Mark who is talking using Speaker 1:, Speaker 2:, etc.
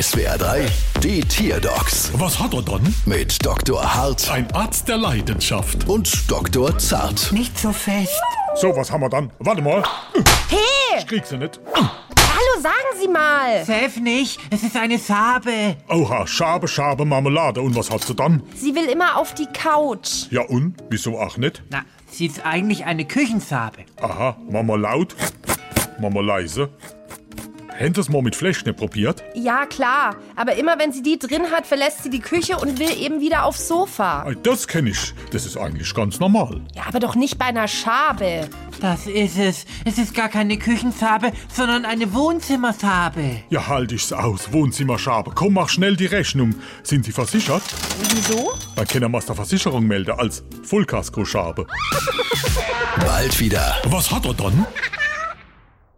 Speaker 1: SWR 3, die Tierdocs
Speaker 2: Was hat er dann?
Speaker 1: mit Dr. Hart
Speaker 2: Ein Arzt der Leidenschaft.
Speaker 1: und Dr. Zart.
Speaker 3: Nicht so fest.
Speaker 2: So, was haben wir dann? Warte mal.
Speaker 4: Hey,
Speaker 2: Ich krieg sie nicht.
Speaker 4: hallo, sagen Sie mal.
Speaker 3: Sef nicht, es ist eine Farbe.
Speaker 2: Oha, Schabe, Schabe, Marmelade. Und was hat sie dann?
Speaker 4: Sie will immer auf die Couch.
Speaker 2: Ja und? Wieso auch nicht?
Speaker 3: Na, sie ist eigentlich eine Küchenfarbe.
Speaker 2: Aha, Mama laut, Mama leise. Händ es mal mit Fleisch nicht probiert?
Speaker 4: Ja, klar. Aber immer wenn sie die drin hat, verlässt sie die Küche und will eben wieder aufs Sofa.
Speaker 2: Ei, Das kenn ich. Das ist eigentlich ganz normal.
Speaker 4: Ja, aber doch nicht bei einer Schabe.
Speaker 3: Das ist es. Es ist gar keine Küchenfarbe, sondern eine Wohnzimmerfarbe.
Speaker 2: Ja, halt ich's aus. Wohnzimmerschabe. Komm, mach schnell die Rechnung. Sind Sie versichert?
Speaker 4: Wieso?
Speaker 2: Dann können wir der Versicherung melden als Vollkaskoschabe.
Speaker 1: Bald wieder.
Speaker 2: Was hat er dann?